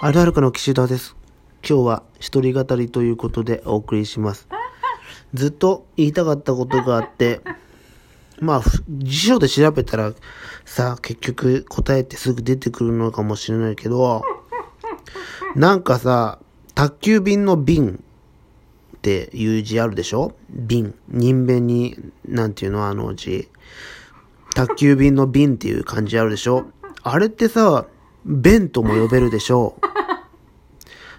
あるあるかの岸田です。今日は一人語りということでお送りします。ずっと言いたかったことがあって、 まあ、ふ辞書で調べたらさ、結局答えってすぐ出てくるのかもしれないけど、なんかさ、宅急便の便っていう字あるでしょ便。人弁に、なんていうのあの字。宅急便の便っていう漢字あるでしょあれってさ、便とも呼べるでしょ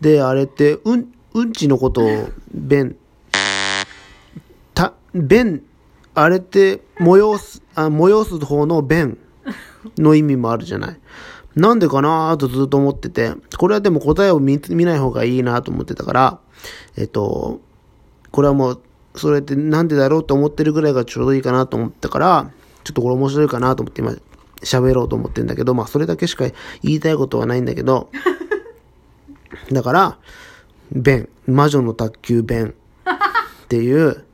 で、あれって、うん、うんちのことを、便、た、便、あれって、催す、あ、催す方の便の意味もあるじゃない。なんでかなーとずっと思ってて、これはでも答えを見、見ない方がいいなと思ってたから、えっと、これはもう、それってなんでだろうと思ってるぐらいがちょうどいいかなと思ったから、ちょっとこれ面白いかなと思って今、喋ろうと思ってんだけど、まあそれだけしか言いたいことはないんだけど、だから、弁、魔女の宅急弁っていう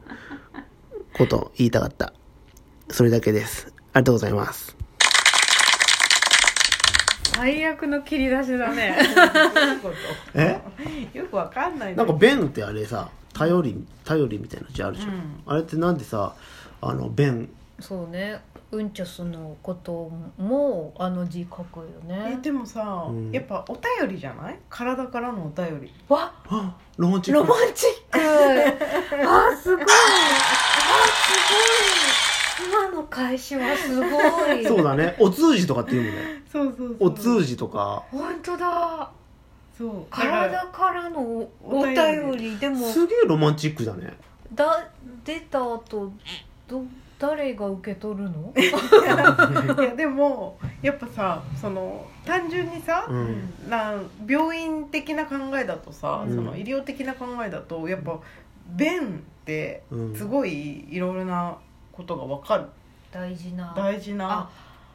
ことを言いたかった。それだけです。ありがとうございます。最悪の切り出しだねえよくわかんないなんか弁ってあれさ、頼り、頼りみたいな字あるじゃん。あれってなんでさ、あの、弁、 そうねうんちょすのこともあの字書くよえねでもさ、うんやっぱお便りじゃない体からのお便りわあロマンチッロク。マンチックあーすごいあーすごい今の返しはすごいそうだね。お通じとかって言うもんね。そうそうそうお通じとか。本当だそう体からのおおお便便りりでもすげえロマンチックだね。だ出た後ど誰が受け取るのいやでもやっぱさその単純にさ、うん。なん病院的な考えだとさ、うんその医療的な考えだとやっぱ便ってうんすごいいろいろなことがわかる大事な大事なあ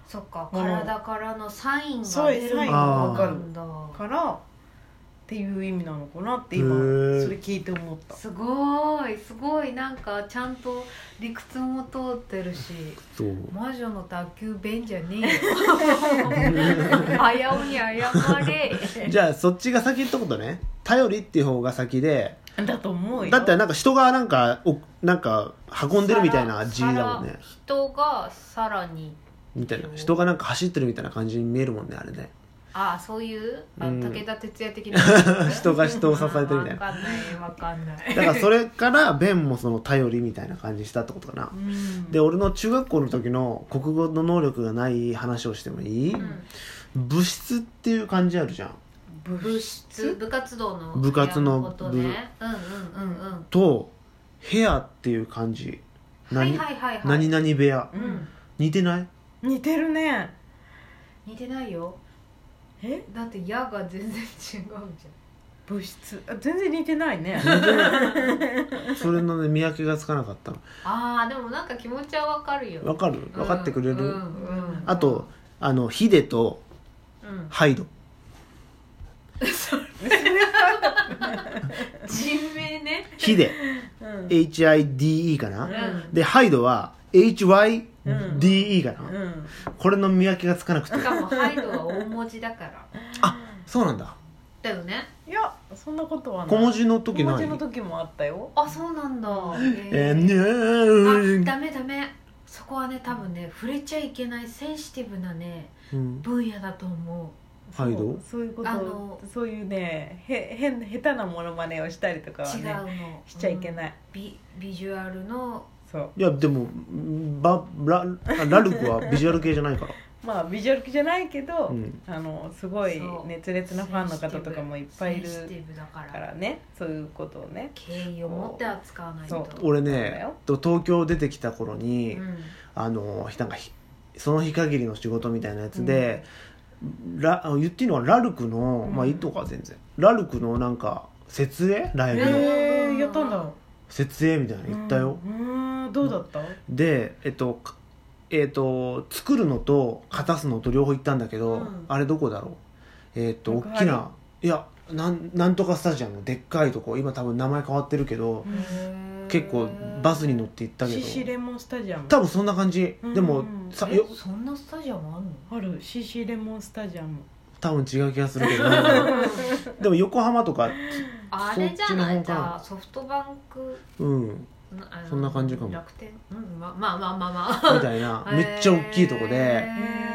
そっかうん体からのサインそうが出るサインがもわのかなるんだからっていう意味なのかなってへ今ーそれ聞いて思ったすごいすごいなんかちゃんと理屈も通ってるしそう。魔女の卓球弁じゃねえ よあやおに謝れじゃあそっちが先ってことね頼りっていう方が先でだと思うよだったらなんか人がなんかおなんか運んでるみたいな字だもんねさら人がさらにみたいな人がなんか走ってるみたいな感じに見えるもんねあれ ねああそういうあうんの武田鉄矢的な 人が人を支えてるみたいなわかんないわかんないだからそれから弁もその頼りみたいな感じにしたってことかなうんで俺の中学校の時の国語の能力がない話をしてもいい、うん部室っていう感じあるじゃん部室部活動の部活の部ことねうんうんうんうんと部屋っていう感じはい何,、はいはいはい何々部屋うん似てない似てるね似てないよえだって「や」が全然違うじゃん物質あ全然似てな いねそれ のね見分けがつかなかったのあーでもなんか気持ちはわかるよわかる分かってくれる、うんうんうんあと、あの、ヒデとうん、ハイド。人名ねヒデ、うん、 HIDE かうな。んで、ハイドは HYDE かうな。ん、これの見分けがつかなくてし。かも「ハイド」は大文字だからそうなんだ。だよねいやそんなことはな小い文字の時小文ない字の時もあったよあそうなんだえー、えねー、あーダメダメそこはね多分ね触れちゃいけないセンシティブなねうん分野だと思ハイそドうそういうことあのそういうねへ変下手なモノマネをしたりとかうは違うねのしちゃいけい、ない、うんビビジュアルのそういや、でも、バ、ラ、ラルクはビジュアル系じゃないから。 まあビジュアル系じゃないけど、うんあのすごいそう熱烈なファンの方とかもいっぱいいセンシテるィブだからからねそういうことをね敬意を持って扱わないとそう俺そうだねよ、と東京出てきた頃うに、んあの、なんかひ、その日限りの仕事みたいなやつで、ラあ言っていいのはラルクの、うんまあいいとか全然ラルクのなんか設営ライブのえー、やったんだ設営みたいなの言ったよ、うんうんどうだった、でえっとかえっと作るのと片すのと両方行ったんだけど、うんあれどこだろうえっと大幕張きないやなんなんとかスタジアムでっかいとこ今多分名前変わってるけどう、ん結構バスに乗って行ったけシシどレモンスタジアム多分そんな感じ、うんでもさえよ そんなスタジアムあんのあるシシレモンスタジアム多分違う気がするけどなでも横浜とかあれじゃなそいっちの方かじゃあソフトバンクうんあのそんな感じかも楽天うんままあまあまあまあみたい なめっちゃ大きいとこで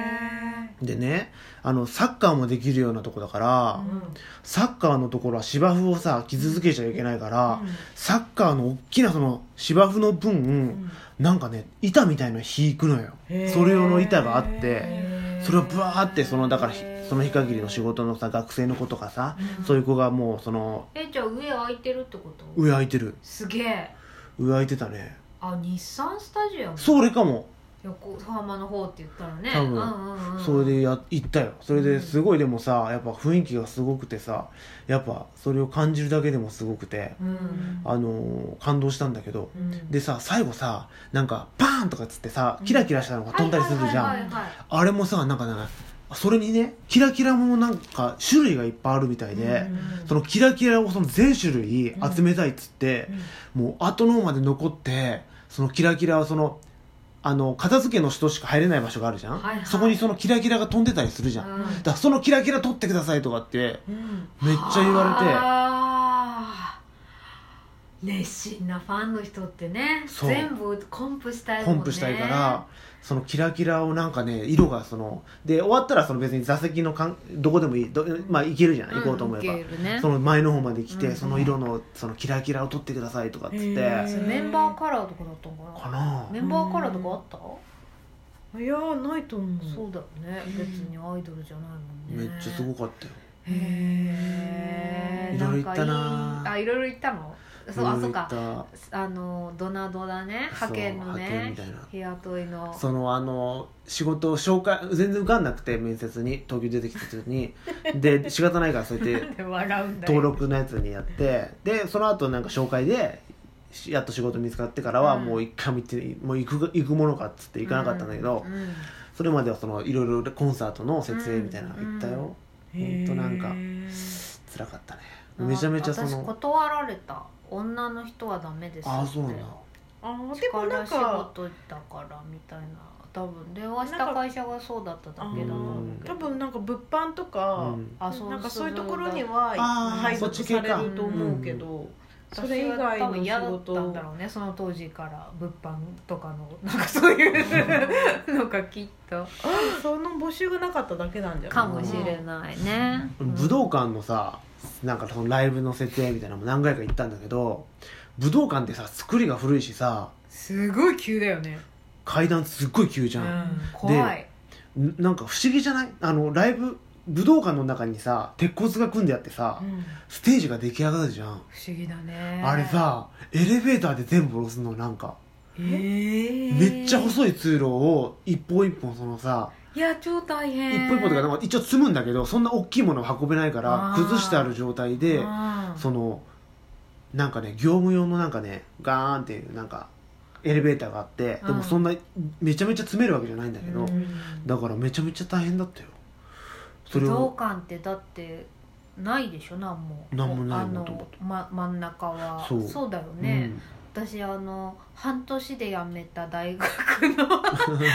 へでねあのサッカーもできるようなとこだから、ーうんサッカーのところは芝生をさ傷つけちゃいけないから、うんサッカーの大きなその芝生の分、なんかね板みたいな引くのよへーそれ用の板があってへーそれをブワーってそのだからひその日限りの仕事のさ学生の子とかさ、うんそういう子がもうそのえじゃあ上空いてるってこと上空いてるすげえ上空いてたねあ日産スタジアムそれかも横浜の方って言ったらね多分うんうんうん、それでや行ったよそれですごいでもさやっぱ雰囲気がすごくてさやっぱそれを感じるだけでもすごくてうんあのー感動したんだけどうんでさ最後さなんかバーンとかっつってさキラキラしたのが飛んだりするじゃん、はいはいはいはいあれもさなんかねそれにねキラキラもなんか種類がいっぱいあるみたいで、うんうんそのキラキラをその全種類集めたいっつってう、んもう後の方まで残ってそのキラキラはそのあの片付けの人しか入れない場所があるじゃん、はいはいそこにそのキラキラが飛んでたりするじゃん、だからそのキラキラ取ってくださいとかってうんめっちゃ言わあー熱心なファンの人ってねそう全部コンプしたれいてもコんねンプしたいからそのキラキラをなんかね色がそので終わったらその別に座席のかんどこでもいいどまあ行けるじゃん行こうと思えば、ん受けるねその前の方まで来て、うんその色のそのキラキラを取ってくださいとかっつって、へーメンバーカラーとかだったのかかななメンバーカラーとかあいやーないと思った、うそうだよね別にアイドルじゃないもんめねっちゃすごくかったよへえいろいろ行ったなんかいいあいろいろ行ったのそうあそうかあのドナドナねそう派遣の派遣ねみたいな日雇いのそのあの仕事を紹介全然受かんなくて面接に東京出てきた時 にで仕方ないからそうやって で笑うんだよ登録のやつにやってでその後なんか紹介でしやっと仕事見つかってからはうんもう一回見てもう行く行くものかっつって行かなかったんだけど、うんうんそれまではそのいろいろコンサートの設営みたいなの行ったよ、ほんとなんかへ辛かったねあめちゃめちゃそ私の断られた女の人はダメですああそうなんだあーでも力なん仕か事だからみたいな多分電話した会社がそうだっただけだと思うけど多分なんか物販とか、うんあそうなんかそういうところにはあー配そっ属ち系さかれると思うけど、そそれれ以以外外多分の仕嫌だったん事だろうねその当時から物販とかのなんかそういうのがきっと その募集がなかっただけなんじゃないかもしれないね、武道館のさなんかそのライブの設営みたいなのも何回か行ったんだけど武道館ってさ作りが古いしさすごい急だよね、階段すっごい急じゃん、怖いんなんか不思議じゃないあのライブ武道館の中にさ鉄骨が組んであってさ、うんステージが出来上がるじゃん、不思議だねあれさエレベーターで全部下ろすのなんか、えーめっちゃ細い通路を一本一本そのさいや超大変一本一本とかなんか一応積むんだけどそんな大きいものは運べないからあー崩してある状態でうんそのなんかね業務用のなんかねガーンっていうなんかエレベーターがあってでうもんそんなめちゃめちゃ詰めるわけじゃないんだけど、うんだからめちゃめちゃ大変だったよそれ武道を館ってだってないでしょなんもなんもないあもともの、ま、真ん中はそうだよね、私あの半年で辞めた大学の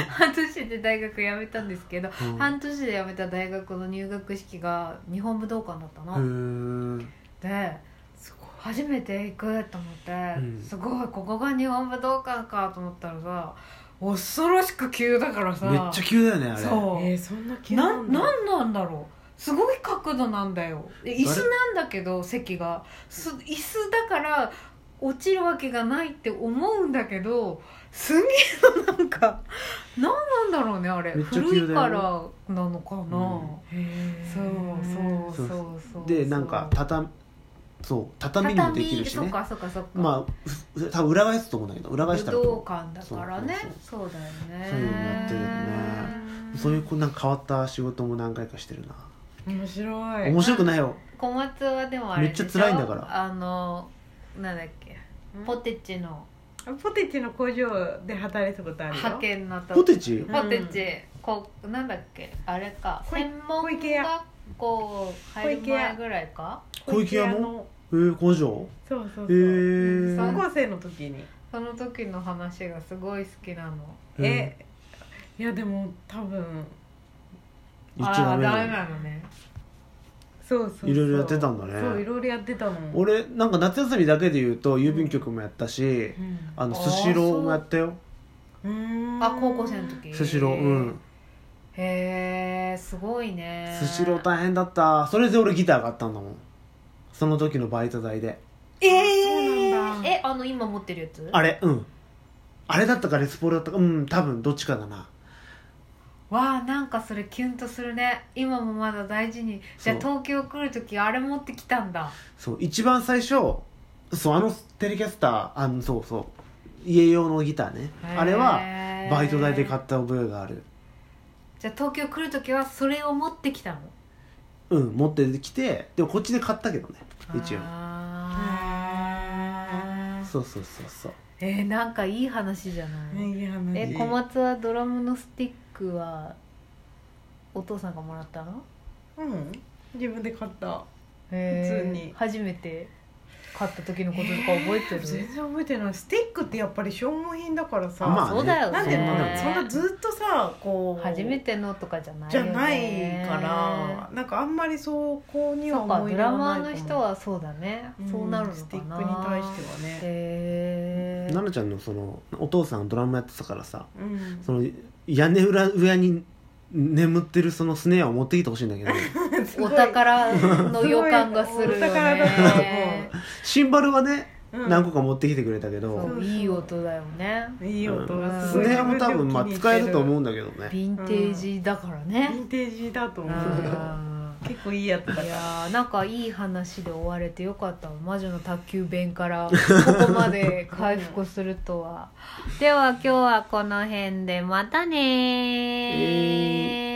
半年で大学辞めたんですけど、うん うん半年で辞めた大学の入学式が日本武道館だったの、へーですごい初めて行くと思って、うんすごいここが日本武道館かと思ったらさ恐ろしく急だからさめっちゃ急だよねあれそう、えー、そんな気なだなんなんだろうすごい角度なんだよえ椅子なんだけど席がす椅子だから落ちるわけがないって思うんだけどすげえのなんかなんなんだろうねあれめっちゃ急だよ古いからなのかな、へーそうそうそうそうでなんか畳そう畳にもできるし畳ねそっかそっかそっかまあふふ多分裏返すと思うんだけど裏返武したらこ道館だからねそうだよねそういうのやってるようそういうこうなんか変わった仕事も何回かしてるな面白い面白くないよ小松はでもあれでしょめっちゃ辛いんだからあのなんだっけポテチのポテチの工場で働いたことあるよ派遣のとポテチポテチ、こうなんだっけあれか小い専門小池屋学校入る前ぐらいか小池屋のえー、工場そうえそうそう、ー、そう高校生の時にその時の話がすごい好きなのえいやでも多分言っちゃダメあーダメなのなのねそうそうそういろいろやってたんだねそういろいろやってたの俺なんか夏休みだけで言うと郵便局もやったし、うんあのスシローもやったようーんあ高校生の時スシローうんへえすごいねスシロー大変だったそれで俺ギター買ったんだもんその時のバイト代でえそうなんだえあの今持ってるやつあれうんあれだったかレスポールだったかうん多分どっちかだなわあなんかそれキュンとするね今もまだ大事にじそゃうあ東京来る時あれ持ってきたんだそう一番最初そうあのテレキャスターあのそうそう家用のギターねあれはへーバイト代で買った覚えがあるじゃあ東京来る時はそれを持ってきたのうん持ってきてでもこっちで買ったけどね一応あーそうそうそうそうえー、なんかいい話じゃない、いやえいい小松はドラムのスティックはお父さんがもらったのうん自分で買ったへー普通に初めて買った時のこととか覚えてる、全然覚えてないスティックってやっぱり消耗品だからさ、まあそうだよねなんでそんなのそんなずっとさこう初めてのとかじゃないじよゃねないからなんかあんまりそう購入はそうか思いド入れラはマなーいのかも人はそうだね、そうなるのかなスティックに対してはね、へえ奈々ちゃんのそのお父さんドラムやってたからさうんその屋根裏上に眠ってるそのスネアを持ってきてほしいんだけどす ごおい宝の予感がするよねすごいお宝だとシンバルはねうん何個か持ってきてくれたけそど、ういい音だよねいい音がすスごいネアも多分まあ使えると思ううんだけどねヴィンテージだからヴねィ、ンテージだとう思うん結構いいやつだかいらやーなんかいい話で終われてよかったわ魔女の宅急便からここまで回復する とはでは今日はこの辺でまたねー、え